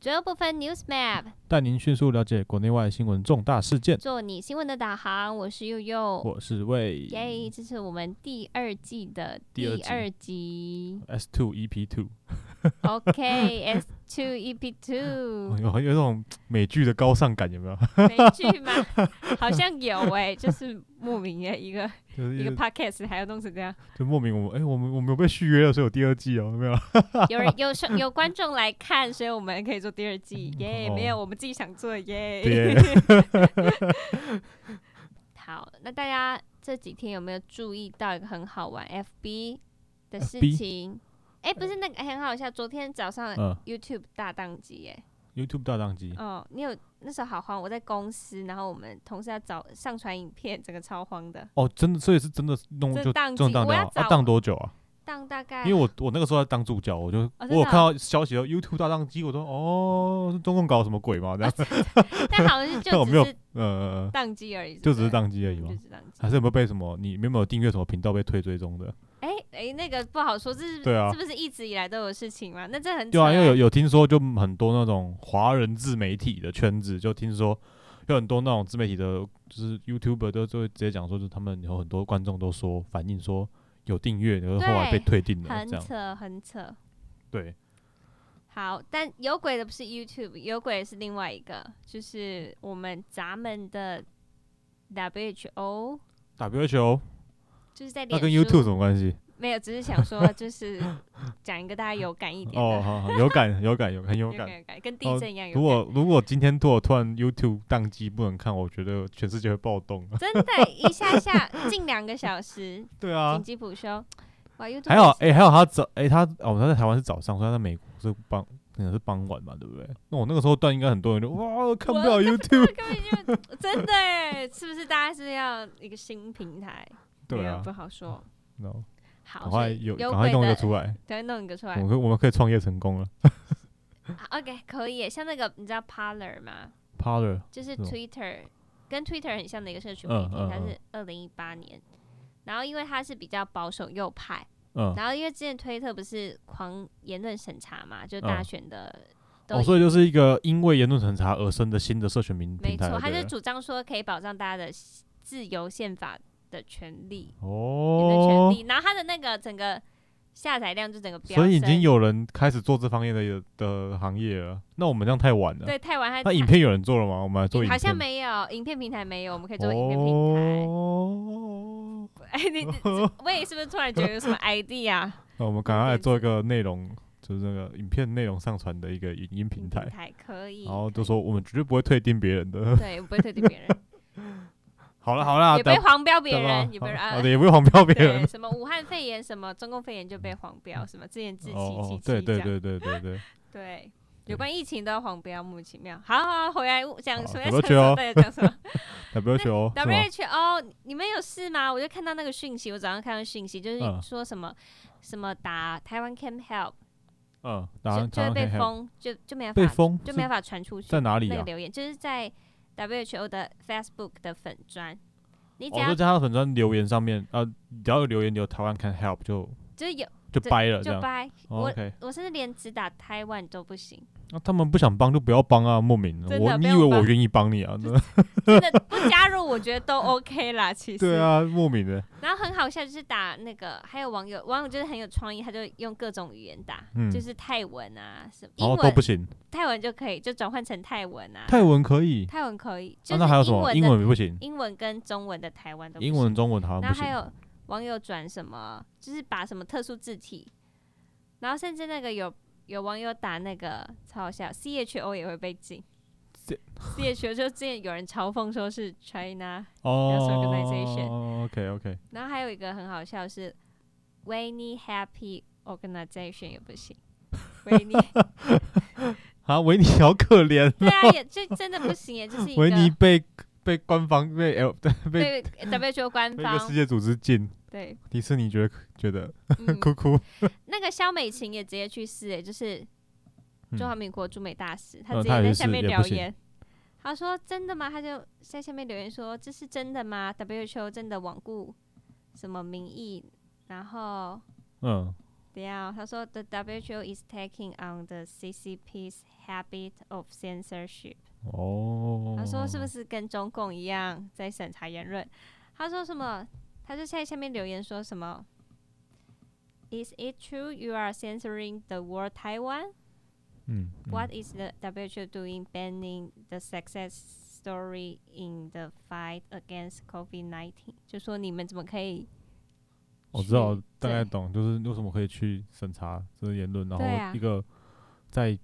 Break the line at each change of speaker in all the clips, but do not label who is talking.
主要部分 News Map，
带您迅速了解国内外新闻重大事件。
做你新闻的导航，我是佑佑，
我是魏
哦耶，这是我们第二季的
第二
第二集
S Two EP Two，
，OK，S Two EP Two，
哎有有一种美剧的高尚感，有没 有？
没去吗？好像有哎、就是莫名的一个
就是
一
一
个
个
podcast 还要弄成这 样。
就莫名我们哎、我们我们有被续约了，所以有第二季哦，有 没有？
有人有时有观众来看，所以我们可以做第二季耶
哦
没有我们自己想做耶。
对
好，那大家这几天有没有注意到一个很好玩 FB 的
FB
事情？哎、不是那个、很好笑，昨天早上
呃嗯
YouTube 大宕机耶。
，YouTube 大宕机，
哦，你有那时候好慌，我在公司，然后我们同事要找上传影片，整个超慌的。
哦，真的，所以是真的弄
这
就
宕机
真的
我要
掉，要
找
宕多久啊？
宕大概
因为我我那个时候在当助教，我就、
真的
我有
啊
看到消息说 YouTube 大宕机，我说哦，中共搞什么鬼嘛？这样，
但好像 是
但
就
我
只
没有
是
呃，
宕机而已，
就只是
对
宕机而已
不
嘛啊
对，就。只是宕机。
还是有没有被什么？你你有没有订阅什么频道被推追踪的？
哎哎，那个不好说，这是
对啊
是不是一直以来都有事情嘛？那这很
对啊，
扯
因为
欸
有有听说，就很多那种华人自媒体的圈子，就听说有很多那种自媒体的，就是 YouTuber 都就会直接讲说，就是他们有很多观众都说反映说有订阅，然后后来被退订了，
很
这样
扯很扯。
对。
好，但有鬼的不是 YouTube，有鬼的是另外一个，就是我们咱们的 WHO，
WHO
就是在
那
脸
跟
书
YouTube 什么关系？
没有，只是想 说就是讲一个大家有感一点
哦，
的，
好好有感有感有很 有
有感
感。
有感，跟地
哦
震一样有
如
感。
果如果今天突突然 YouTube 宕机不能看，我觉得全世界会暴动。
真的，一下下近两个小时
对啊
紧，急补休，哇，YouTube
还好
也是
哎、还好他早哎、他哦他在台湾是早上，所以他在美国是傍可能是傍晚嘛，对不对？那我那个时候段应该很多人就哇看不了 YouTube，
根本就真的哎，是不是大家是要一个新平台？
对
没有
啊
不，好说。
然后
好，
赶
所
快
以
有
有
赶快
鬼
弄一
的
个，出来，
赶快弄一个出
我
来
们。可以我们可以创业成功了。
啊 OK，可以耶，像那个你知道 Parler 吗？
Parler
就是
是吗
Twitter，跟 Twitter 很像的一个社群媒
嗯
体，
嗯
它
嗯
是二零一八年。然后因为它是比较保守右派，
嗯，
然后因为之前推特不是狂言论审查嘛，就大
嗯
选的都
哦，所以就是一个因为言论审查而生的新的社群平
没
平台
错，
了，
他
对
就
不对
主张说可以保障大家的自由宪法的权利。你的权
哦
利，，然后它的那个整个下载量就整个飙
所以已
升
经有人开始做这方面的的行业了。那我们这样太晚了。
对太晚还
那影片有人做了吗？我们来做影
好
片，
像没有影片平台没有，我们可以做影片平台。
哦。
哎、你你喂，是不是突然觉得有什 么 idea 啊？
那我们赶快来做一个内容，就是那个影片内容上传的一个影音平台
平，台可以，
然后
可
就
以
说我们绝对不会退订别人的。
嗯对，我不会推荐别 人，
好了好了，
也不会
啊等
黄标别
等吧
人，也不会
好
啊
的，。也不会黄标别
对，
人。嗯
什么武汉肺炎，什么中共肺炎就被黄标，什么自言自欺
哦
欺
哦
欺，
对对
这样
对 对对对，
对，
对
有关疫情都要黄标，莫名其妙。好好好回来讲
好
什么？讲什么？对，
WTO
讲 什么？
，WHO 是吗？
WHO，你们有事吗？我就看到那个讯息，我早上看到讯息，就是
嗯
说什么、什么打台湾 Can Help
嗯，
就
打完
就
打
会
完
被
看看
封，就就没
被
办法，
封
就是没办法传出去。
在哪里
那个
啊？
留言就是在 WHO 的 Facebook 的粉砖，你只
我
要、
哦就在他的粉砖留言上面，呃，只要有留言留台湾看 help 就
就是有
就
对
掰了这
就
样。
掰，
哦 OK，
我甚至连只打台湾都不行，
那他们不想帮就不要帮啊，莫名
真的
我
不
你以
要
为我
帮
愿意帮你啊？
真的不加入我觉得都 OK 啦，其实。
对啊，莫名的，
然后很好笑，就是打那个，还有网友，网友就是很有创意，他就用各种语言打，
嗯
就是泰文啊，什么
然
英
后都
文
不、行，
泰文就可以，就转换成泰文啊，
泰文可以，
泰文可以，就
啊
是
那还有什么？
英
英
文的
文不行，
英文跟中文的台湾都不
英
行
文、中文好像
然
不
后还
行。
有网友转什么，就是把什么特殊字体，然后甚至那个有有网友打那个超好笑，CHO 也会被禁
这
，CHO 就之前有人嘲讽说是 China。Yes,
哦
organization
，OK OK，
然后还有一个很好笑是 w a n y Happy Organization 也不行 w a n y
啊，维尼好可怜，
对啊，也这真的不行耶，就是一个
维尼被被官方被 L 被
对
被
WHO 官
一个世
方
界组织禁，
对，
迪士尼觉得觉得，
嗯
哭哭，
那个肖美琴也直接去试耶，欸就是
嗯
中华民国驻美大使，他
嗯
直接
她也
在
是
下面
也不
留
行
言。他说：“真的吗？”他就在下面留言说：“这是真的吗？WHO 真的罔顾什么民意？然后
嗯，
不要，他说 the WHO is taking on the CCP's habit of censorship。
哦，
他说是不是跟中共一样在审查言论？他说什么？他就在下面留言说什么？Is it true you are censoring the word Taiwan?
嗯，嗯
What is the WHO doing banning the success story in the fight against COVID-19？就说你们怎么可以？
我知道
去，
大概
对
懂，就是为什么可以去审查这些言论，然
对啊
后一个在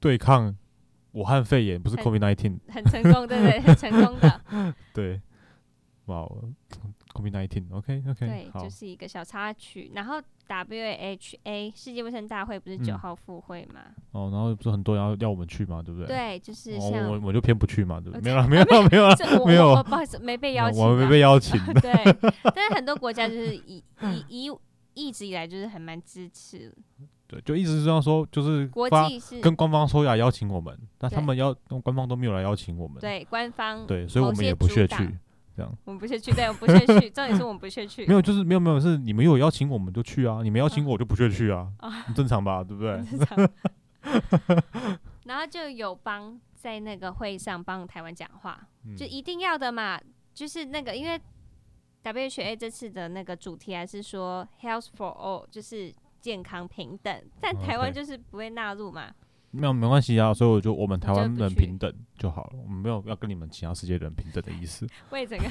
对抗武汉肺炎，不是
很
COVID nineteen，
很成功，对不对？很成功 的，
对，哇，COVID 哦 nineteen，OK OK，
对，
好
就，是一个小插曲。然后 WHA 世界卫生大会不是九
嗯
号复会嘛？
哦，然后不是很多人要要我们去嘛，对不对？，
对，就是
哦，我
像哦
我就偏不去嘛，对不对？
我
没有啦，没有啦，没有啦，
这我
没有
我我不好意思没被邀请
我
到
没被邀请，
对， 但是很多国家就是以以以一直以来就是很蛮支持
对，就一直是这样说，就是
国
发
际是
跟官方说要邀请我们，但他
对
们要官方都没有来邀请我们，
对官方，
对，所以我
某
们
些
也不屑
主打
去，这样。
我们不屑去，对， 我们不屑去，重点是我们不屑去
没。有，就是没有没有，是你们有邀请我们就去啊，你没邀
嗯
请我我就不屑去 啊，
啊
很正常吧，对不对？
是这样 然后就有帮在那个会上帮台湾讲话，
嗯
就一定要的嘛，就是那个因为 WHA 这次的那个主题还是说 health for all，就是健康平等，但台湾
哦 OK
就是不会纳入嘛。
没有没关系啊，所以我就我们台
就
湾
不
人
去
平等就好了，我们没有要跟你们其他世界人平等的 意思。
为整个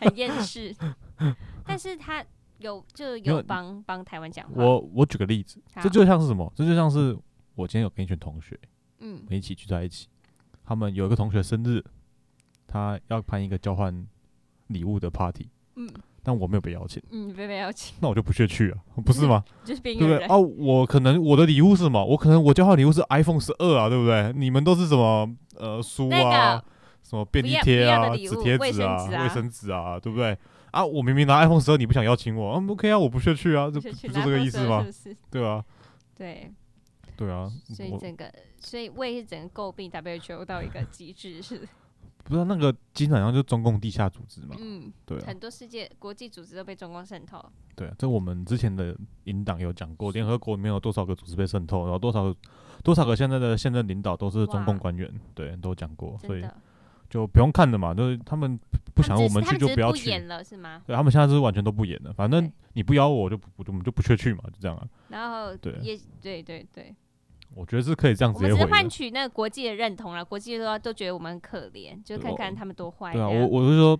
很厌世， 但是他有就
没
有
有
帮帮台湾讲话。
我我举个例子，
好
这就像是什么？这就像是我今天有跟一群同学，我
嗯
们一起聚在一起，他们有一个同学生日，他要办一个交换礼物的 party，
嗯
但我没有被邀请，
嗯，被被邀请，
那我就不屑去啊，不 是吗？
就是边
对
缘
不对？
人。
哦，我可能我的礼物是什么？我可能我交换礼物是 iPhone 十二啊，对不对？你们都是什么呃书
那
啊，
个
什么便利
不要
贴
不要
啊、
的礼
纸
物
贴
卫
纸
生
啊、
纸啊
卫生纸啊，对不对？啊，我明明拿 iPhone 十二，你不想邀请我，嗯，OK 啊，我不屑去啊，
就
这不
是
不
去
就
拿
这个
风
意思
蛇
吗
是？不是？
对啊，
对，
对啊，
所以
我
整个所以我也是整个诟病 WHO 到一个极致 是，
不知道那个基本上就是中共地下组织嘛，
嗯，
对啊，
很多世界国际组织都被中共渗透。
对啊，这我们之前的引党有讲过，联合国里面有多少个组织被渗透，然后多少多少个现在的现任领导都是中
哇
共官员，对，都讲过，所
真
以
的，
就不用看了嘛，就是他们不想
他
我
只
们
是他
去就
只是
不要
不
去，
演了是吗？
对他们现在是完全都不演了，反正
对
你不邀我我就不我就我们就不缺去嘛，就这样啊。
然后
对
也对对对，
我觉得是可以这样
我
直
们
接
只
回
是
的
换。取那个国际的认同了，国际都都觉得我们很可怜，就
对
看
我
看他们多坏。
对啊，
这样
我我是说，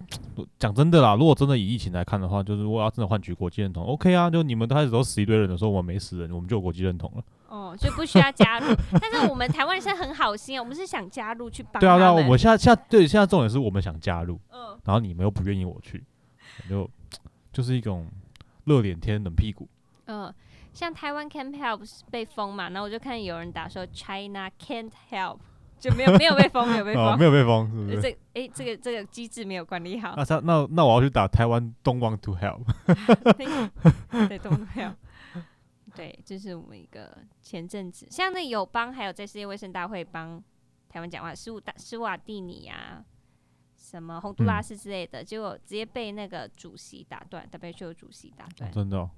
讲真的啦，如果真的以疫情来看的话，就是如果要真的换取国际认同，OK 啊，就你们都开始都死一堆人的时候，我们没死人，我们就有国际认同了。
哦，就不需要加入。但是我们台湾人是很好心啊，我们是想加入去帮
对啊，对啊，
他
我
们。
们现在现在对现在重点是我们想加入，
嗯，
然后你们又不愿意我去，就就是一种热脸贴冷屁股。
嗯，像台湾 Can Help 是被封嘛，然后我就看有人打说 China Can't Help，就没有没有被封，没有被
哦，
封。
没有被封，是不
呃
是？
这哎、这个这个机制没有管理好
那，他那那我要去打台湾东王 to help。
对，都没有。对，这、是我们一个前阵子，像那友邦还有在世界卫生大会帮台湾讲话，斯瓦大斯瓦蒂尼啊，什么洪都拉
嗯
斯之类的，结果直接被那个主席打断，WHO 主席打断
哦， 真的哦，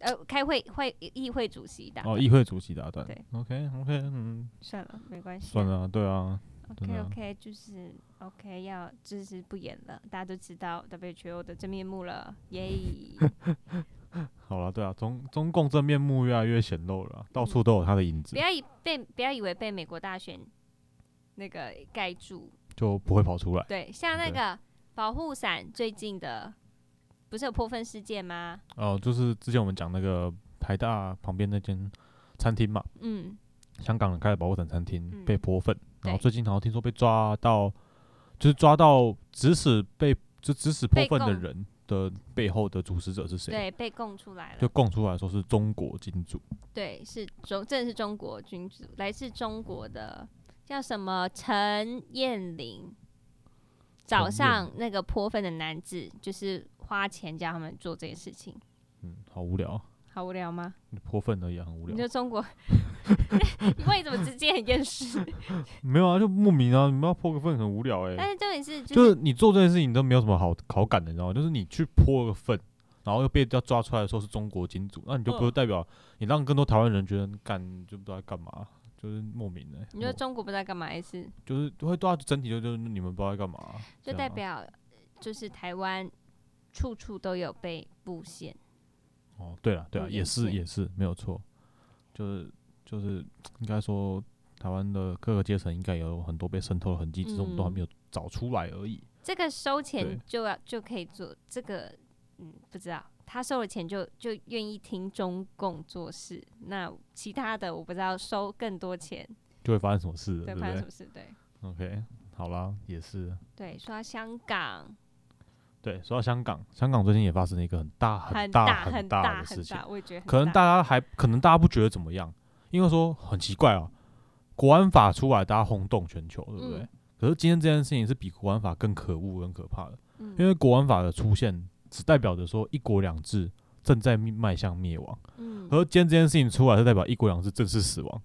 呃，开会会议会主席打断，
哦，议会主席打断
对。
OK OK，嗯，
算了，没关系啊，
算了啊，对啊，真
OK
的
OK，就是 OK，要就是不演了，大家都知道 WHO 的真面目了， 耶、
好了，对啊，中中共真面目越来越显露了啊，
嗯
到处都有他的影子
不，要以被不要以为被美国大选那个盖住，
就不会跑出来。
对，像那
对
个保护伞最近的不是有泼粪事件吗？
哦，就是之前我们讲那个台大旁边那间餐厅嘛，
嗯，
香港人开的保护伞餐厅
嗯
被泼粪，然后
对
最近好像听说被抓到，就是抓到指使被就指使泼
被
粪的
供
人的背后的主使者是谁？
对，被供出来
就
了，
供出来说是中国金主，
对，是中，真的是中国君主，来自中国的叫什么陈彦霖。早
陈彦
上那个泼粪的男子，就是花钱叫他们做这件事情，
嗯，好无聊啊，
好无聊吗？
泼粪而已啊，很无
你说
聊。
中国， 你为什么直接很厌 世？
没有啊，就莫名啊，你们要泼个粪很无聊哎、
但是重点是，
就
就是
是你做这件事情都没有什么好好感的，你知道吗？就是你去泼个粪，然后又被要抓出来说是中国金主，那你就
嗯
不是代表你让更多台湾人觉得干就不知道在干嘛，就是莫名的、
你说中国不知道干嘛一次，
就是会对啊，整体就就是你们不知道在干嘛啊，这
就
样
代
啊
表就是台湾处处都有被布线。
哦，对了，对啊，
有
也
眼
是
线
也是没有错，就是就是应该说台湾的各个阶层应该有很多被渗透的痕迹，只是我们都还
嗯
没有找出来而已。
这个收
对
钱就要就可以做这个，嗯，不知道他收了钱就就愿意听中共做事，那其他的我不知道收更多钱，
就会发生什么事了，
对，
对不
发生什
对
么事？对
？OK，好啦，也是。
对，说到香港
对，说到香港，香港最近也发生了一个很大
很
大
很
大的事
很
情
大，，我也觉得很
可能大家还可能大家不觉得怎么样，因为说很奇怪啊，国安法出来，大家轰动全球，对不对？
嗯
可是今天这件事情是比国安法更可恶、更可怕的，
嗯
因为国安法的出现只代表着说一国两制正在迈向灭亡，
嗯
而今天这件事情出来是代表一国两制正式死亡。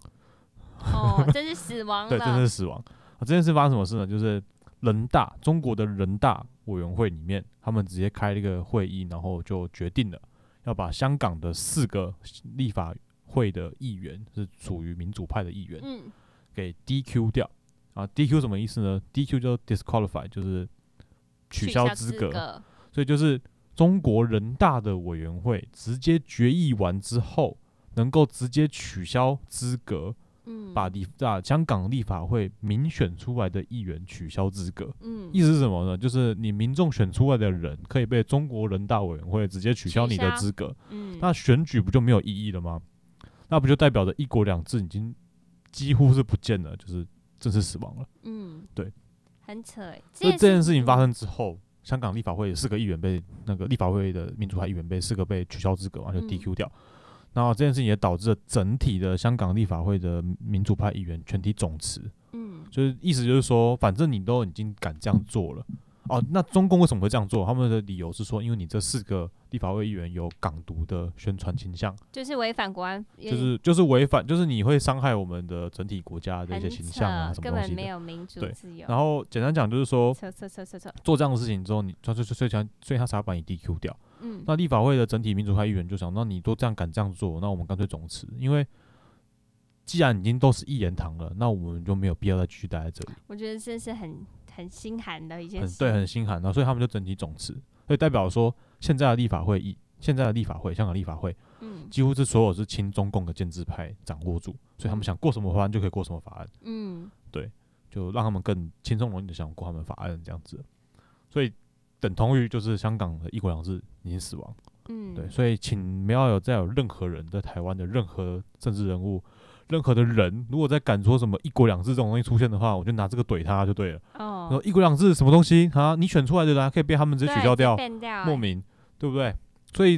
哦，真是死亡
对，真
了
是，死亡。啊，这件事发生什么事呢？就是人大中国的人大委员会里面，他们直接开了一个会议，然后就决定了要把香港的四个立法会的议员，是属于民主派的议员，
嗯
给 DQ 掉。啊，DQ 什么意思呢？DQ 就 disqualify，就是取消资格。
格，
所以就是中国人大的委员会直接决议完之后，能够直接取消资格，
嗯，
把立把香港立法会民选出来的议员取消资格。
嗯
意思是什么呢？就是你民众选出来的人可以被中国人大委员会直接取消你的
取消
资格，
嗯
那选举不就没有意义了吗？那不就代表着一国两制已经几乎是不见了，就是正式死亡了。
嗯
对，
很扯欸，
所以
也
这
是
件事情发
嗯
生之后，香港立法会有四个议员被那个立法会的民主派议员被四个被取消资格嘛，就
嗯
DQ 掉。然后这件事情也导致了整体的香港立法会的民主派议员全体总辞，
嗯
就是意思就是说，反正你都已经敢这样做了，哦，那中共为什么会这样做？他们的理由是说，因为你这四个立法会议员有港独的宣传倾向，
就是违反国安，有
就
点
是就是违反，就是你会伤害我们的整体国家的一
很
些形象啊，
扯
什么
根
东
本
西
没
的。
有民主
对
自由，
然后简单讲就是说，
扯扯扯扯扯，
做这样的事情之后，你他就所以他所以他才要把你 DQ 掉。
嗯
那立法会的整体民主派议员就想，那你都这样敢这样做，那我们干脆总辞，因为既然已经都是一言堂了，那我们就没有必要再继续待在这里。
我觉得这是很很心寒的一件
很
事。
对，很心寒。然后所以他们就整体总辞，所以代表说现在的立法会议，现在的立法会，香港立法会
嗯
几乎是所有是亲中共的建制派掌握住，所以他们想过什么法案就可以过什么法案，
嗯
就让他们更轻松容易的想过他们法案这样子。所以等同于就是香港的一国两制已经死亡，
嗯，
对，所以请不要有再有任何人在台湾的任何政治人物。任何的人，如果再敢说什么“一国两制”这种东西出现的话，我就拿这个怼他就对了。说
哦，
“一国两制”什么东西啊？你选出来的人还可以被他们直接
对
取消掉，
ban 掉
莫
欸
名，对不对？所以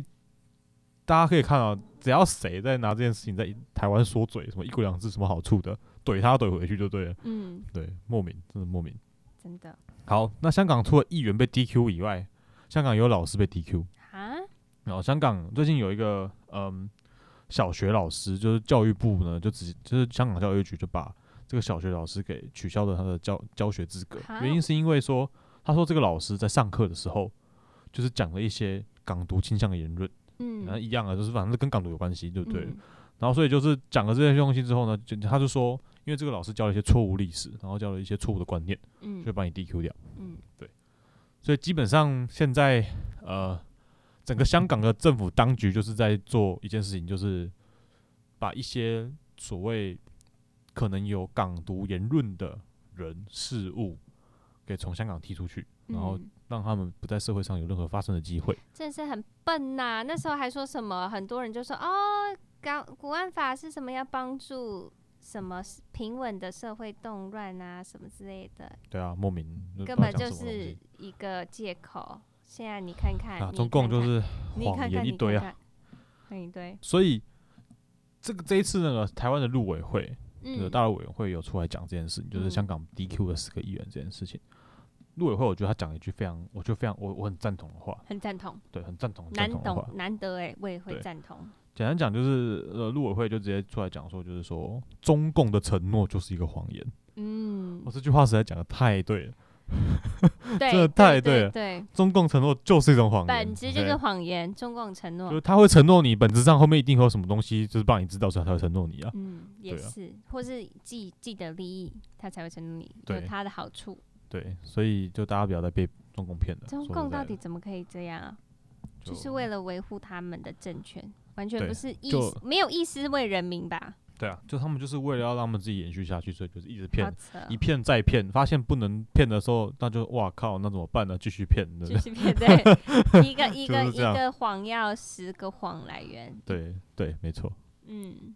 大家可以看到，只要谁在拿这件事情在台湾说嘴，什么一国两制什么好处的，怼他怼回去就对了。
嗯，
对，莫名，真的莫名。
真的
好，那香港除了议员被 DQ 以外，香港也有老师被 DQ。
啊，
然后哦香港最近有一个嗯小学老师，就是教育部呢，就直就是香港教育局就把这个小学老师给取消了他的教教学资格，
哈
原因是因为说他说这个老师在上课的时候就是讲了一些港独倾向的言论，
嗯，
然后一样啊，就是反正跟港独有关系，对不对？
嗯
然后所以就是讲了这些东西之后呢，就他就说，因为这个老师教了一些错误历史，然后教了一些错误的观念，就
嗯
把你 DQ 掉。
嗯，
所以基本上现在呃，整个香港的政府当局就是在做一件事情，就是把一些所谓可能有港独言论的人事物给从香港踢出去，然后
嗯
让他们不在社会上有任何发声的机会。
真是很笨呐、那时候还说什么，很多人就说哦，港国安法是什么要帮助什么平稳的社会动乱啊，什么之类的，
对啊，莫名不知道
根本
讲
就
什么东
是
西
一个借口。现在你看看，
啊，
你
中共
看
就
看
是
你
谎
看
言
看
一
你
堆
看
啊。
看看一堆，
所以这个这一次那个台湾的陆委会就是
嗯，
大陆委员会有出来讲这件事情，就是
嗯
香港 DQ 的四个议员这件事情。陆委会我觉得他讲了一句非常，我觉得非常我我很赞同的话，
很赞同，
对，很赞同很赞
难
同的话
懂。难得哎、我也会
对
赞同，
简单讲就是，呃，陆委会就直接出来讲说，就是说中共的承诺就是一个谎言。
嗯
我、，这句话实在讲的太对了，
对，
真
对
的太对
对
了
对，
中共承诺就是一种谎言，
本质就是
OK
谎言，中共承
就是
诺，
他会承诺你，本质上后面一定会有什么东西，就是让你知道，所以他才会承诺你啊。
嗯，也
对啊
是，或是既既得利益，他才会承诺你，有
对
他的好处。
对，所以就大家不要再被中共骗了。
中
说实
共
在
到
的
底怎么可以这样啊？
就
就是为了维护他们的政权，完全
对
不是意
就
思，没有意思为人民吧？
对啊，就他们就是为了要让他们自己延续下去，所以就是一直
好
骗，
扯哦，
一骗再骗，发现不能骗的时候，那就哇靠，那怎么办呢？继续骗，对
就
不对？
是骗 对，一个一
就
个
是
一
这样
个谎要十个谎来源。
对对，没错。
嗯，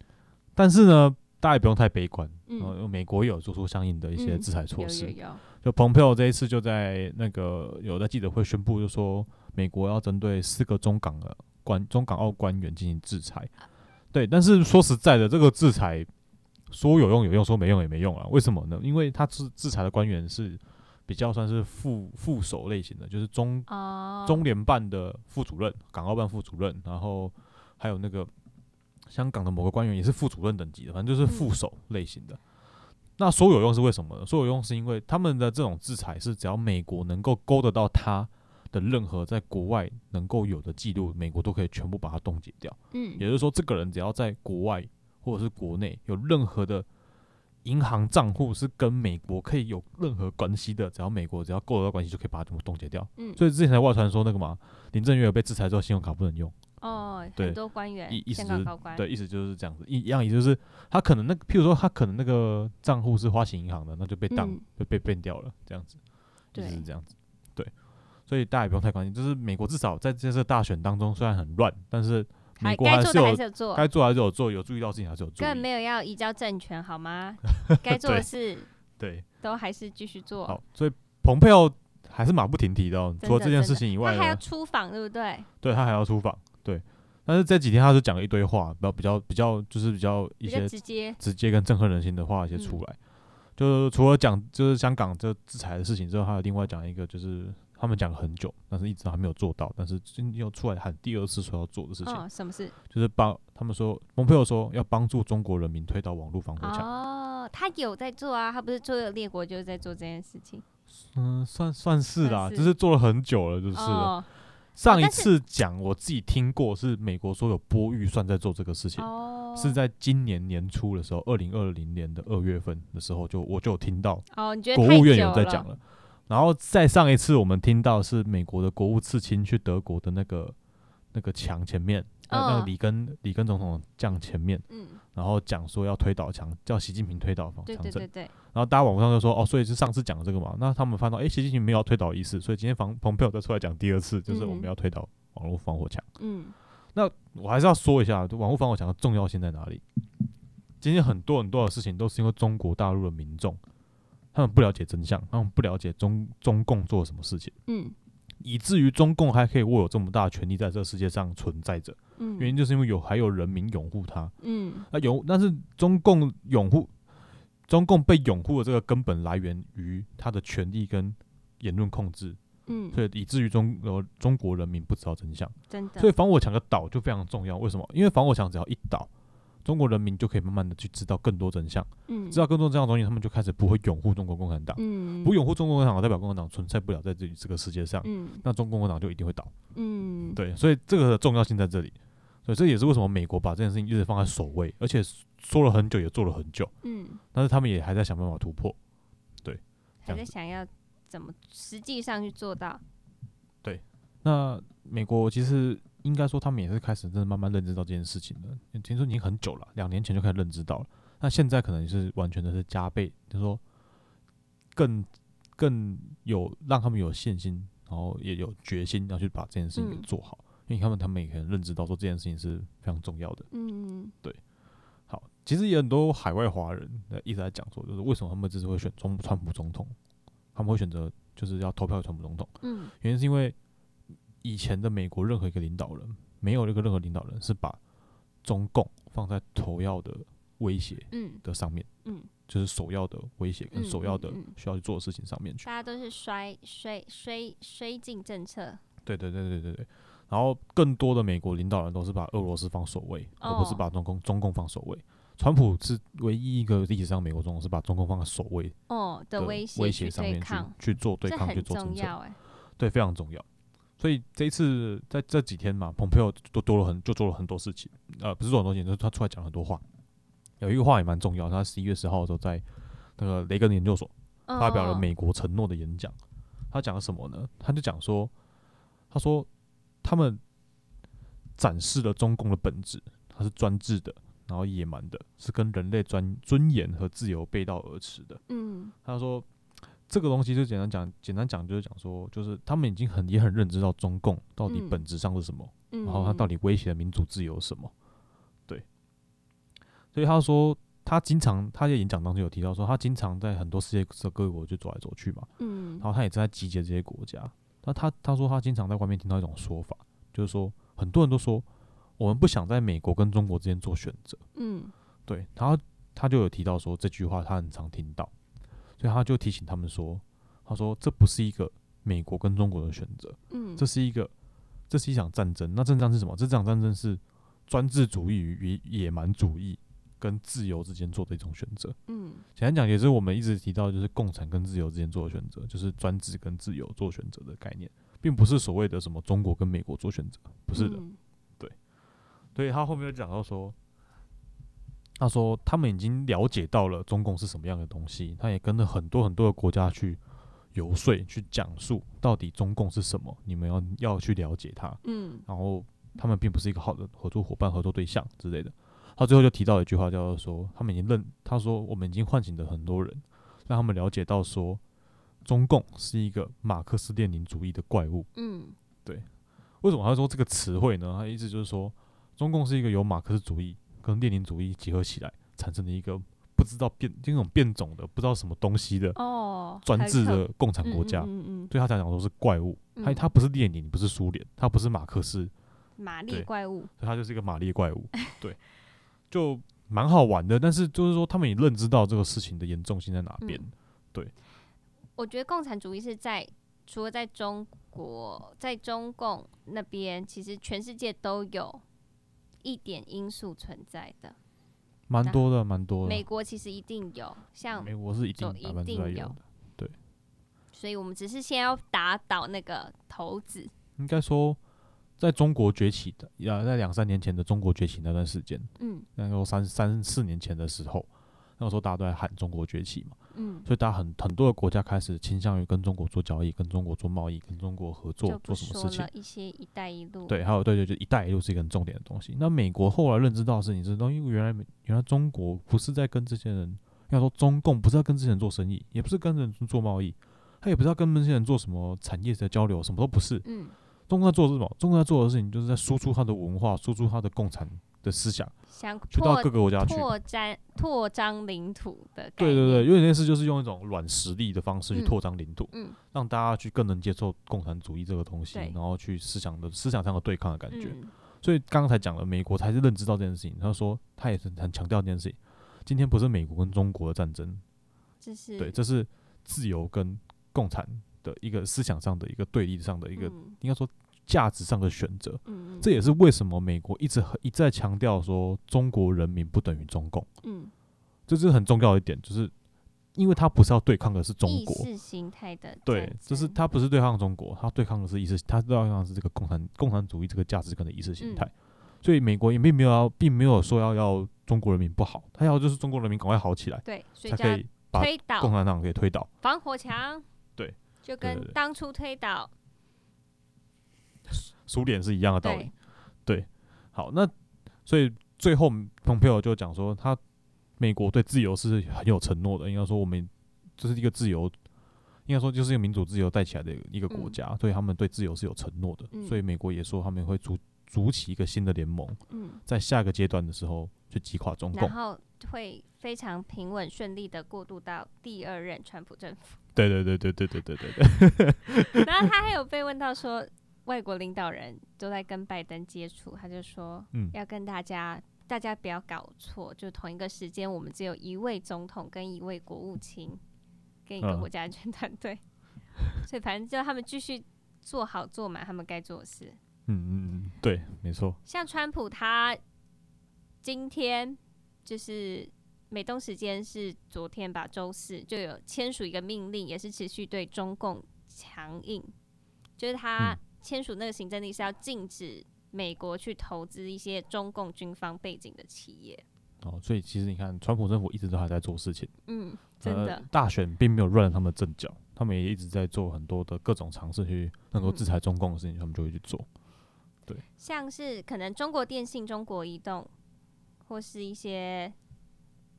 但是呢，大家也不用太悲观。
嗯
呃，美国也有做出相应的一些
嗯
制裁
有
措施。
有有，
就蓬佩奥这一次就在那个有在记者会宣布，就说美国要针对四个中港的官中港澳官员进行制裁。对，但是说实在的，这个制裁说有用有用，说没用也没用啊。为什么呢？因为他制制裁的官员是比较算是副副手类型的，就是中
哦，
中联办的副主任、港澳办副主任，然后还有那个香港的某个官员也是副主任等级的，反正就是副手类型
嗯
的。那所有用是为什么呢？所有用是因为他们的这种制裁是只要美国能够勾得到他的任何在国外能够有的记录，美国都可以全部把它冻结掉。也
嗯，
就是说，这个人只要在国外或者是国内有任何的银行账户是跟美国可以有任何关系的，只要美国只要勾得到关系，就可以把它全部冻结掉。
嗯
所以之前才外传说那个嘛，林郑月娥被制裁之后，信用卡不能用。
哦，
对
很多官员
意意，思
香
就
港
是
高官，
对，意思就是这样子，一一样意思就是他可能那个，譬如说他可能那个账户是花旗银行的，那就被当、
嗯
被被变掉了，这样子，意思
对
是这样子。对，所以大家也不用太关心，就是美国至少在这次大选当中虽然很乱，但是美
还
国
该
还
做
是
的还
有
是有做，
该做还是有做，有注意到事情还是有注
根本
意。
没有要移交政权好吗？ 该做的
对
事
对，
都还是继续做
好。，所以蓬佩奥还是马不停蹄的、哦，
真
除了
的
这件
真
事
的
情以外
他
呢，
还要出访，对不对？
对他还要出访，对。但是这几天他就讲了一堆话，比较比较比较就是比较一
比
些
较直接，
直接跟憎恨人心的话一些出
嗯
来。就是除了讲就是香港这制裁的事情之后，还有另外讲一个就是他们讲了很久，但是一直都还没有做到，但是最近又出来喊第二次说要做的事情，
哦，什么事？
就是帮他们说，蓬佩奥说要帮助中国人民推倒网络防火墙。
哦，他有在做啊，他不是做列国就是在做这件事情。
嗯，算算是
算
啦，
是
就是做了很久了，就是了。
哦
上一
但是
次讲我自己听过是美国说有拨预算在做这个事情，
哦，
是在今年年初的时候，二零二零年的二月份的时候就我就有听到
哦，你觉得
国
太
务院
久
有在讲
了，
了。然后再上一次我们听到是美国的国务次卿去德国的那个那个墙前面，呃那
嗯
个里根里根总统降前面，
嗯，
然后讲说要推倒强，叫习近平推倒强
对
强
对
政。
对对，
然后大家网上就说哦，所以是上次讲的这个嘛。那他们发现到，哎，习近平没有要推倒意思，所以今天防蓬佩奥再出来讲第二次，就是我
嗯
们要推倒网络防火墙。
嗯，
那我还是要说一下，就网络防火墙的重要性在哪里？今天很多很多的事情都是因为中国大陆的民众，他们不了解真相，他们不了解中中共做了什么事情，
嗯
以至于中共还可以握有这么大的权力在这个世界上存在着。
嗯，
原因就是因为有还有人民拥护他，
嗯
那拥但是中共拥护，中共被拥护的这个根本来源于他的权力跟言论控制，
嗯，
所以以至于中呃中国人民不知道真相。
真的，
所以防火墙的倒就非常重要。为什么？因为防火墙只要一倒，中国人民就可以慢慢的去知道更多真相，
嗯，
知道更多真相的东西，他们就开始不会拥护中国共产党，
嗯，
不拥护中国共产党，代表共产党存在不了在这里这个世界上，
嗯
那中国共产党就一定会倒。
嗯，
对，所以这个的重要性在这里。所以这也是为什么美国把这件事情一直放在首位，而且说了很久，也做了很久，
嗯，
但是他们也还在想办法突破。
还
这样
在
子
想要怎么实际上去做到，
那美国其实应该说他们也是开始真的慢慢认知到这件事情了，听说已经很久了，两年前就开始认知到了。那现在可能是完全的是加倍，就是说更更有让他们有信心，然后也有决心要去把这件事情给
嗯
做好，因为他们他们也可能认知到说这件事情是非常重要的。
嗯
好，其实也很多海外华人呃一直在讲说，就是为什么他们这次会选中川普总统，他们会选择就是要投票给川普总统。
嗯
原因是因为以前的美国任何一个领导人，没有一个任何领导人是把中共放在头要的威胁
嗯
的上面，
嗯，
就是首要的威胁跟
嗯
首要
嗯
的
嗯
需要去做的事情上面去。
大家都是衰衰衰衰进政策，
对对对对对对。然后更多的美国领导人都是把俄罗斯放首位，而不是
哦
把中共中共放首位。川普是唯一一个历史上美国总统是把中共放在首位
哦的
的
威去
威胁上
对
面去
抗，
去做对
这
抗，去
很
做
重
政策，
要哎、
对，非常重要。所以这一次在这几天嘛，蓬佩奥都多了很就做了很多事情，呃，不是做很多事情，就是他出来讲了很多话。有一个话也蛮重要，他十一月十号的时候在那个雷根研究所
嗯
发表了
嗯
美国承诺的演讲。他讲了什么呢？他就讲说，他说他们展示了中共的本质，它是专制的，然后野蛮的，是跟人类专尊严和自由背道而驰的。
嗯
他说这个东西就简单讲，简单讲就是讲说，就是他们已经很也很认知到中共到底
嗯
本质上是什么，
嗯，
然后他到
底
底威胁的民主自由是什么？对，所以他说他经常他在演讲当中有提到说，他经常在很多世界各国就走来走去嘛，
嗯
然后他也正在集结这些国家。那他他说他经常在外面听到一种说法，就是说很多人都说我们不想在美国跟中国之间做选择。
嗯
对，然后他就有提到说这句话他很常听到，所以他就提醒他们说，他说这不是一个美国跟中国的选择，
嗯，
这是一个，这是一场战争。那这场战争是什么？这场战争是专制主义与野野蛮主义跟自由之间做的一种选择。
嗯
简单讲，也是我们一直提到，就是共产跟自由之间做的选择，就是专制跟自由做选择的概念，并不是所谓的什么中国跟美国做选择，不是的。
嗯
所以他后面就讲到说，他说他们已经了解到了中共是什么样的东西，他也跟了很多很多的国家去游说、去讲述到底中共是什么，你们要要去了解它。
嗯
然后他们并不是一个好的合作伙伴、合作对象之类的。他最后就提到一句话，叫做说他们已经认，他说我们已经唤醒了很多人，让他们了解到说中共是一个马克思列宁主义的怪物。
嗯
为什么他说这个词汇呢？他意思就是说，中共是一个由马克思主义跟列宁主义结合起来产生的一个不知道变这种变种的不知道什么东西的
哦，
专
很
制
可
的共产国家，
嗯嗯嗯
对他才讲说是怪物。他
嗯
他不是列宁，不是苏联，他不是马克思，
嗯，玛丽
对
怪物，
所以他就是一个马力怪物， 对，就蛮好玩的。但是就是说，他们也认知到这个事情的严重性在哪边。
嗯我觉得共产主义是在除了在中国，在中共那边，其实全世界都有一点因素存在的。
蛮
那
多的，蛮多的。
美国其实一定有，像
美国是一定
就
百
一
分之
定
百
有
有的，
所以我们只是先要打倒那个头子。
应该说，在中国崛起的，呀，在两三年前的中国崛起那段时间，
嗯
那时候三三四年前的时候，那个时候大家都在喊中国崛起嘛，
嗯，
所以大家很很多的国家开始倾向于跟中国做交易、跟中国做贸易、跟中国合
就
作
不
做什么
说
事情
了。一些“一带一路”，
对，还有对对，就一带一路是一个很重点的东西。那美国后来认知到的事情是，东因为原来美原来中国不是在跟这些人，要说中共不是要跟这些人做生意，也不是跟人做贸易，他也不是要跟这些人做什么产业的交流，什么都不是。
嗯，
中共在做的是什么？中共在做的事情就是在输出他的文化，输出他的共产的思想，
想
去到
拓
各个国家去。
拓展拓张领土的概
对
念。
对对，有点类似，就是用一种软实力的方式去
嗯
拓张领土，
嗯
让大家去更能接受共产主义这个东西，
对
然后去思想的思想上的对抗的感觉。
嗯
所以刚才讲了，美国才是认知到这件事情。他说，他也是很强调这件事情。今天不是美国跟中国的战争，
这是
对，这是自由跟共产的一个思想上的一个对立上的一个，
嗯
应该说价值上的选择。
嗯，
这也是为什么美国一直很一再强调说，中国人民不等于中共，
嗯
这是很重要的一点，就是因为他不是要对抗的是中
意
国，
识形态的
对
战，
就是
争
他不是对抗中国，他对抗的是意识，他对抗的是这个共产共产主义这个价值观的意识形态。
嗯
所以美国也并没有要，并没有说要要中国人民不好，他要就是中国人民赶快好起来，
对，所以
才
叫
可以把
推
共
倒
产党给推倒。
防火墙。
对，
就
对
跟
对
当初推倒
苏联是一样的道理
对。
好，那所以最后蓬佩奥就讲说，他美国对自由是很有承诺的，应该说我们这是一个自由，应该说就是一个民主自由带起来的一个国
嗯
家，所以他们对自由是有承诺的。
嗯
所以美国也说他们会组组起一个新的联盟，
嗯，
在下个阶段的时候去击垮中共
然。后会非常平稳顺利的过渡到第二任川普 政府。
对对对对对对对对对。
然后他还有被问到说，外国领导人都在跟拜登接触，他就说
嗯
要跟大家。大家不要搞错，就同一个时间，我们只有一位总统跟一位国务卿，跟一个
嗯
国家安全团队， 所以反正就他们继续做好做满他们该做的事。
嗯嗯嗯，对，没错。
像川普他今天就是美东时间是昨天吧，周四就有签署一个命令，也是持续对中共强硬，就是他
嗯
签署那个行政令是要禁止美国去投资一些中共军方背景的企业。
哦，所以其实你看，川普政府一直都还在做事情，
嗯，真的，
呃、大选并没有乱了他们的阵脚，他们也一直在做很多的各种尝试去能够制裁中共的事情，他们就会去做。
像是可能中国电信、中国移动，或是一些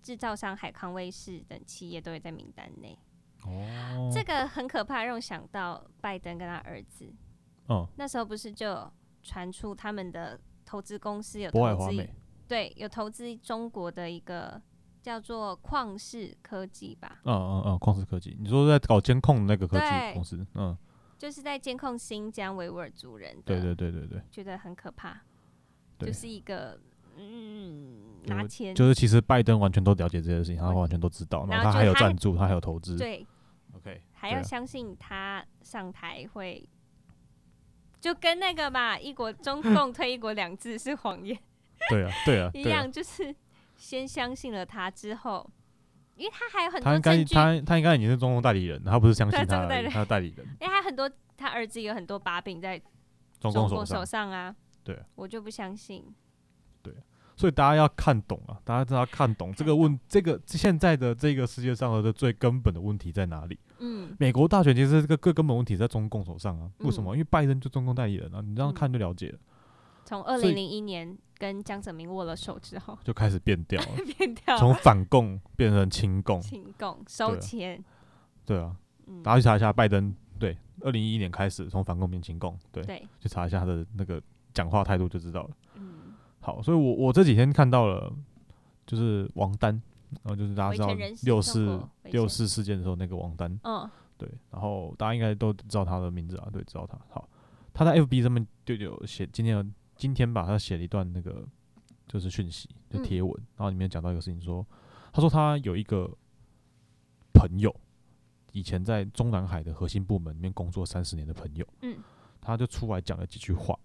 制造商海康威视等企业都会在名单内。
哦，
这个很可怕，让我想到拜登跟他儿子
嗯，
那时候不是就传出他们的投资公司有
渤海
投
华
资
美
一，，对，有投资中国的一个叫做旷视科技吧，
嗯嗯嗯，旷视科技，你说在搞监控的那个科技
对
公司，嗯，
就是在监控新疆维吾尔族人的，
对对对对对
觉得很可怕，
对
就，是一个嗯
就
拿钱
就是其实拜登完全都了解这些事情，他完全都知道，然
然
后
后
他
就
还有
他
赞助，他还有投资
对
，OK，
还
对
要
啊
相信他上台会，就跟那个嘛，一国 中共推一国两制是谎言
对啊对啊
一
对啊，
样，就是先相信了他之后，因为他还有很
他
多
应该
证据，
他他应该已经是中共代理人，他不是相信
对
他
中共
而
代理
已
人
他的代理人，
因为他很多他儿子有很多把柄在
中
中
共
共手
手上，
上啊，
对啊，
我就不相信，
所以大家要看懂啊，大家都要看懂这个问这个现在的这个世界上的最根本的问题在哪里？
嗯，
美国大选其实这个最根本问题在中共手上啊，为什么？
嗯
因为拜登就中共代理人啊，你这样
嗯
看就了解了，
从二
所以
零零一年跟江泽民握了手之后，，
就开始变调了
变掉
从
了
反共变成亲共，
亲共收
对啊
钱，
对啊，
嗯，
大家去查一下拜登，对，二零一一年开始从反共变亲共，对，
对，
去查一下他的那个讲话态度就知道了。
嗯，
好，所以我我这几天看到了，就是王丹，然后就是大家
维
知道
权人士
六
中国
四
维
六
权
四事件的时候那个王丹，
嗯，
对，然后大家应该都知道他的名字啊，对，知道他。好，他在 FB 上面就有写，今天有今天吧，他写了一段那个就是讯息，就
嗯
贴文，然后里面讲到一个事情说他说他有一个朋友，以前在中南海的核心部门里面工作三十年的朋友，
嗯，
他就出来讲了几句话，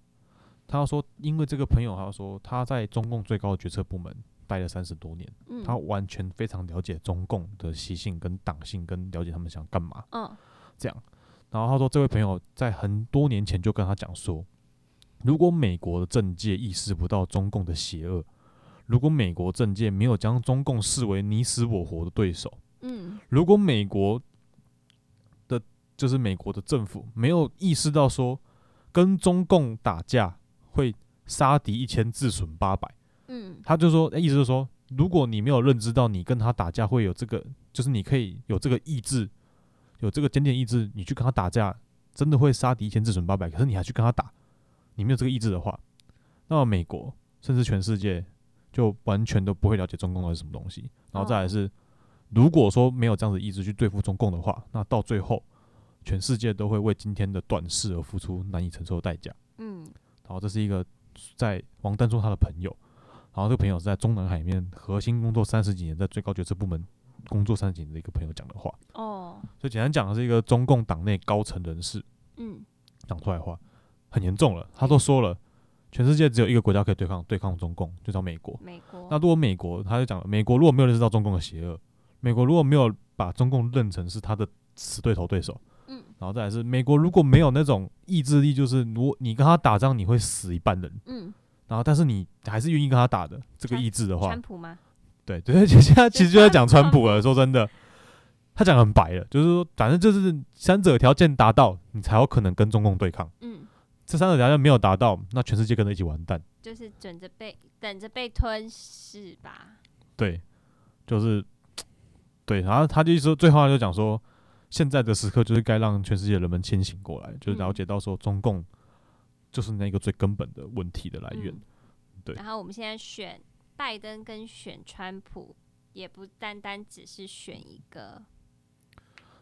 他说因为这个朋友，他说他在中共最高的决策部门待了三十多年，
嗯，
他完全非常了解中共的习性跟党性，跟了解他们想干嘛。
嗯，
这样。然后他说，这位朋友在很多年前就跟他讲说，如果美国的政界意识不到中共的邪恶，如果美国政界没有将中共视为你死我活的对手，
嗯，
如果美国的，就是美国的政府没有意识到说，跟中共打架会杀敌一千自损八百，
嗯，
他就说，诶意思就是说，如果你没有认知到你跟他打架会有这个，就是你可以有这个意志，有这个坚定意志，你去跟他打架，真的会杀敌一千自损八百。可是你还去跟他打，你没有这个意志的话，那么美国甚至全世界就完全都不会了解中共到底是什么东西。然后再来是，如果说没有这样子意志去对付中共的话，那到最后全世界都会为今天的短视而付出难以承受的代价。
嗯，
然后这是一个在王丹说他的朋友，然后这个朋友是在中南海里面核心工作三十几年，在最高决策部门工作三十几年的一个朋友讲的话，
哦，
所以简单讲是一个中共党内高层人士
嗯，
讲出来的话，很严重了。他都说了，全世界只有一个国家可以对抗对抗中共，就叫美国。
美国，
那如果美国，他就讲了，美国如果没有认识到中共的邪恶，美国如果没有把中共认成是他的死对头对手，
嗯
然后再来是美国如果没有那种意志力，就是如果你跟他打仗，你会死一半人。
嗯，
然后但是你还是愿意跟他打的这个
川
意志的话
川，普吗？
对 对，其实他其实就在讲
川
川普了。说真的，他讲得很白了，就是说，反正就是三者条件达到，你才有可能跟中共对抗。
嗯，
这三者条件没有达到，那全世界跟着一起完蛋。
就是准着被等着被吞噬吧。
对，就是对，然后他就一直说，最后他就讲说，现在的时刻就是该让全世界人们清醒过来，就是了
嗯
解到说中共就是那个最根本的问题的来源。
嗯
对
然后我们现在选拜登跟选川普，也不单单只是选一个。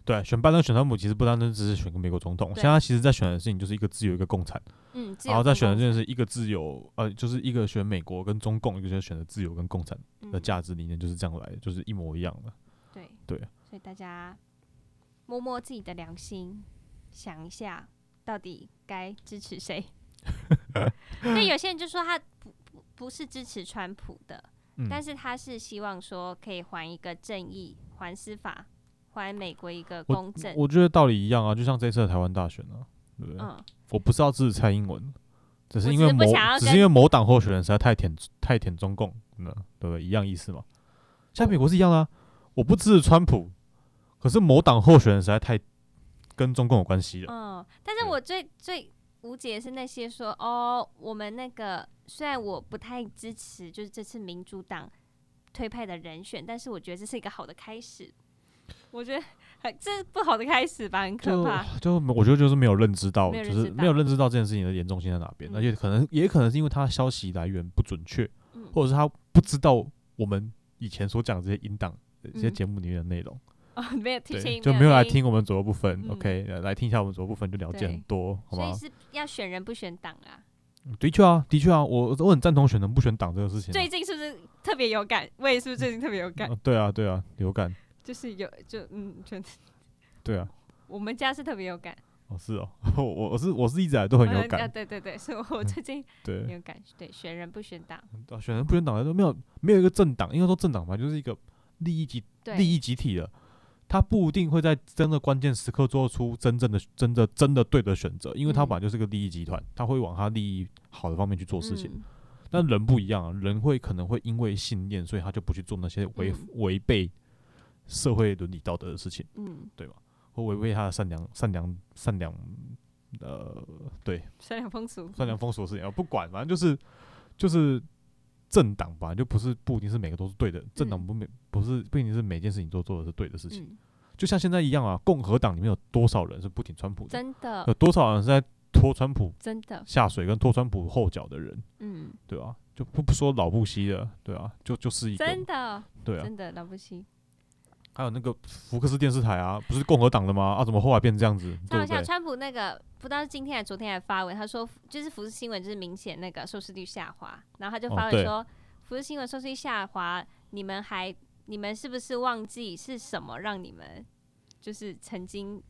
对，选拜登、选川普其实不单单只是选个美国总统，
对
现在其实在选的事情就是一个自由一个共产，
嗯，自
然
由
后再
中
选的
共
就是一个自由，呃，就是一个选美国跟中共，一个就是选择自由跟共产的
嗯
价值理念就是这样来的，就是一模一样的。
对
对，
所以大家摸摸自己的良心，想一下到底该支持 谁。对，有些人就说他不不不是支持川普的，
嗯
但是他是希望说可以还一个正义，还司法，还美国一个公正。
我觉得道理一样啊，就像这次的台湾大选啊，对不对？
嗯，
我不是要支持蔡英文，只是因
我只
为
是
某
不想要
只是因为某党候选人实在太舔太舔中共，真的对不对？一样意思嘛。像美国是一样的啊，我不支持川普，可是某党候选人实在太跟中共有关系了。
嗯，但是
对
我最最无解是那些说哦，我们那个虽然我不太支持，就是这次民主党推派的人选，但是我觉得这是一个好的开始。我觉得很这是不好的开始吧，很可
就
怕。
就我觉得就是没有认知到，
没有
就
认知
是
到
没有认知到这件事情的严重性在哪边，
嗯
而且可能也可能是因为他消息来源不准确，
嗯
或者是他不知道我们以前所讲的这些音档、呃这些
嗯
节目里面的内容。
哦，没有提
对，
前
就没有来，听我们左右部分、
嗯
o k 来听一下我们左右部分就了解
对
很多，好
所
吗
以？是要选人不选党 啊。
的确啊，的确啊，我我很赞同选人不选党这个事情、
最
啊
近是不是特别有感？我也是不是最近特别有 感？
啊对啊，对啊，有感，
就是有就嗯，全
对啊，
我们家是特别有感，
哦是哦， 我我我是我是一直以来都很
我
有
们啊，
感，嗯
对对对，所以我最近
对，
有感，对，选人不选党，
啊选人不选党都没有没有一个政党，应该说政党吧，就是一个利益集
对，
利益集体的，他不一定会在真的关键时刻做出真正的真的真的对的选择，因为他
嗯
本来就是个利益集团，他会往他利益好的方面去做事情。
嗯
但人不一样、啊，人会可能会因为信念，所以他就不去做那些违
嗯
违背呃社会伦理道德的事情，
嗯，
对吧？或违背他的善良、善良、善良，呃，对，
善良风俗，
善良风俗的事情，啊不管，反正就是就是政党吧，就不是不一定是每个都是对的，政党
嗯
不每不是不一定是每件事情都做的是对的事情，
嗯，
就像现在一样啊，共和党里面有多少人是不挺川普的，
真的
有多少人是在拖川普
真的，
下水跟拖川普后脚的人，
嗯，
对啊，就不不说老布希的，对啊，就就是一个
真
嘛，
的
对啊，
真的了不起，
还有那个福克斯电视台啊，不是共和党的吗？啊，怎么后来变这样子，
超
对啊不
好笑。？
对
川普那个不知道是今天还是昨天还发文，他说就是福斯新闻就是明显那个收视率下滑，然后他就
哦
发文
对
说、福斯新闻收视率下滑，你们还你们是不是忘记是什么让你们就是曾经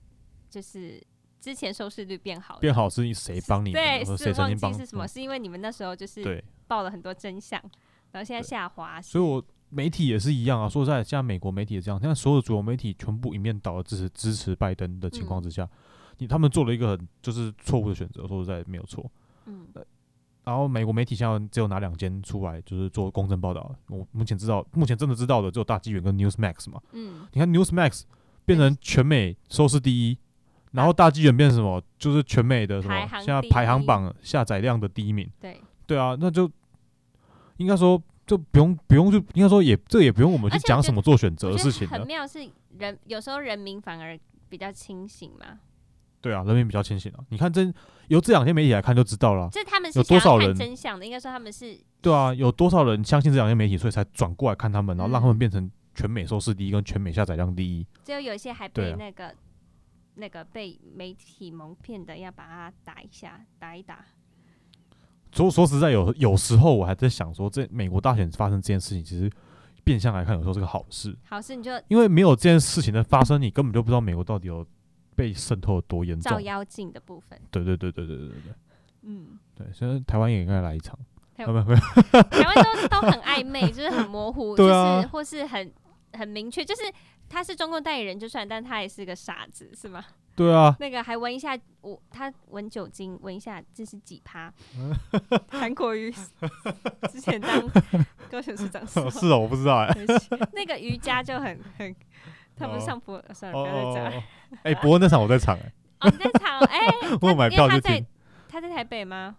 就是之前收视率变好的？
变好是谁帮你
对，
的，或者谁
是
曾
忘
经帮
记是什么？
嗯
是因为你们那时候就是
对，
报了很多真相，然后现在
对
下滑是，
所以我媒体也是一样啊。说实在，现在美国媒体也这样，现在所有主流媒体全部一面倒的支持支持拜登的情况
嗯
之下，你他们做了一个很就是错误的选择，说实在没有错。
嗯
呃然后美国媒体现在只有哪两间出来就是做公正报道？我目前知道，目前真的知道的只有大纪元跟 Newsmax 嘛。
嗯，
你看 Newsmax 变成全美收视第一，然后大纪元变成什么？就是全美的什么
排行
现在
第一
排行榜下载量的第一名。
对，
对啊，那就应该说就不用不用就应该说也这也不用我们去
而且
讲
我觉
什么做选择
我
的
觉得
事情
很
了。
妙是人有时候人民反而比较清醒嘛，
对啊，人民比较清醒啊。你看真由这两天媒体来看就知道了啊。
就是他们是
有多
想要
少
看
人
真相的，应该说他们是
对啊，有多少人相信这两天媒体，所以才转过来看他们，然后让他
嗯
们变成全美收视第一跟全美下载量第一。
只有有一些还被
对啊
那个、那个被媒体蒙骗的，要把它打一下，打一打。
说说实在有，有时候我还在想说，这美国大选发生这件事情，其实变相来看，有时候是个好事，
好事你就
因为没有这件事情的发生，你根本就不知道美国到底有被渗透有多严重
照。妖镜的部分，
对对对对对对对
嗯，
对，对，现在台湾也应该来一场，
台
啊没有没有，
台湾都都很暧昧，就是很模 糊，
对
就
啊
是或是很很明确，就是他是中共代言人就算，但他也是个傻子，是吗？
对啊，
那个还闻一下，我他闻酒精，闻一下这是几 趴？韩国瑜 之前当高雄市长时候
是哦，我不知道哎、
对不起那个瑜伽就很很，他不是
哦
上播，算了，
哦
不要
哦
再讲
哦
了。
哦，哎、伯恩那场我在场 哎、
哦，你在场哎，
我有买
因为
票
他
去
在
听，
他在台北吗？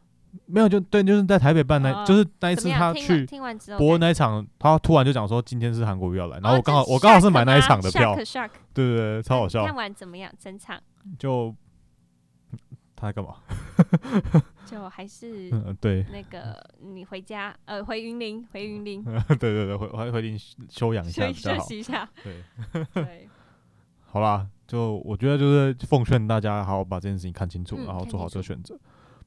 没有就对，就是在台北办那，
哦
就是那一
怎
次
么
他
样？听完
去
听完之后
伯
感
恩
觉，
那一场，他突然就讲说今天是韩国瑜要来，然
哦
后我刚好、
这
我刚好是
shock
买那一场的
吗
票，
，shock shock，
对对对，超好笑
看，完怎么样？整场
就他在干嘛？
就还是
嗯， 对，
那个你回家，呃，回云林，回云林
对对对，回回回定休养一下
休
比
休
较嗯好。
息一下。
对，
对，
好啦，就我觉得就是奉劝大家，好好把这件事情看清楚，
嗯
然后
看
做好
清
这个
楚
选择，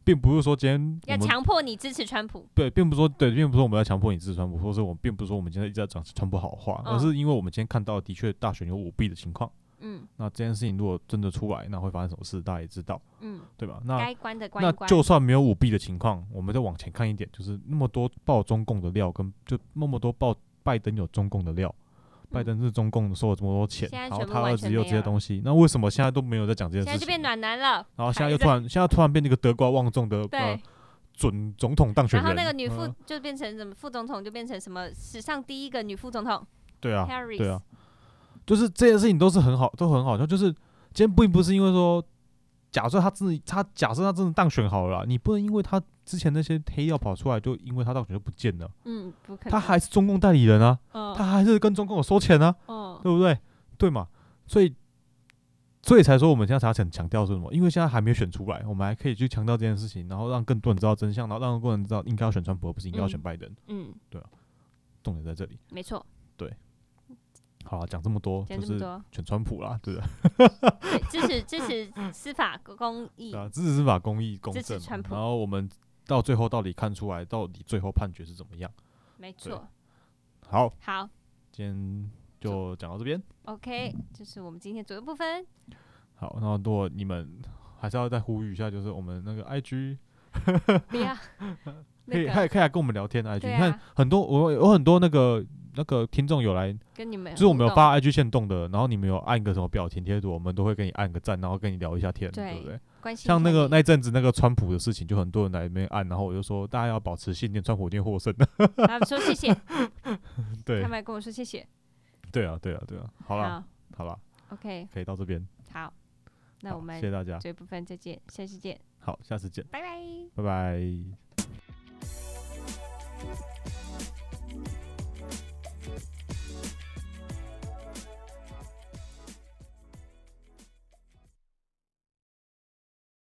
并不是说今
要
天我们
强迫你支持川普。
对，并不是说对，并不是说我们要强迫你支持川普，或是我们并不是说我们今天一直在讲川普好话，而
嗯
是因为我们今天看到的确大选有舞弊的情况，
嗯
那这件事情如果真的出来，那会发生什么事，大家也知道，
嗯，
对吧？那
该关的关一
啊那
关，
就算没有舞弊的情况，我们再往前看一点，就是那么多爆中共的料，跟就那么多爆拜登有中共的料，拜登是中共收了这么多钱，
嗯现在
然后
全部
他
完
儿
全
子有
没
这
有
些东西，那为什么现在都没有在讲这
现
件
在
事
就
情？
变暖男了。
然后现在又
还
突然，现在突然变那个德高望重的
对
呃，准总统当选
然
人，
后那个女副
呃
就变成什么副总统，就变成什么史上第一个女副总统
对啊，
Harris。
对啊，，就是这件事情都是很好，都很好笑。就是今天并不是因为说，假设他自己，他假设他真的当选好了啦，你不能因为他之前那些黑料跑出来，就因为他当选就不见了。
嗯，不可能。
他还是中共代理人啊，
嗯
他还是跟中共有收钱啊，
嗯
对不对？对嘛？所以，所以才说我们现在才很强调是什么？因为现在还没有选出来，我们还可以去强调这件事情，然后让更多人知道真相，然后让更多人知道应该要选川普，而不是应该要选
嗯
拜登。
嗯，
重点在这里。
没错，
好啊了，讲这么多，
讲
就
这么
是
多，
选川普啦，对不对？
对支持支 持司法公益
对。啊，支持司法公益公
支持
正嘛，
川普
然后我们到最后到底看出来，到底最后判决是怎么样？
没错，
好，
好
今天就讲到这边。
，OK，这
嗯
是我们今天左右部 分。
好，然后如果你们还是要再呼吁一下，就是我们那个 IG
不要
可
那
以，还
个
可以来跟我们聊天的 IG。
对
你
啊
看很多我有很多那个那个听众有来，
跟你们
就是我们有
嗯互动
发 IG 线动的，然后你们有按个什么表情贴图，我们都会给你按个赞，然后跟你聊一下天，对
对
不对？
关系，
像那个那一阵子那个川普的事情，就很多人来那边按，然后我就说大家要保持信念，川普一定获胜的。
他们说谢谢，他
对
们，还跟我说谢谢。
对啊，对啊，对啊。好啦，
好
好啦，
，OK，
可以到这边。
好，那
好
我们
谢谢大家，
这部分再见，下期见，
好，下次见，
拜拜。
拜拜。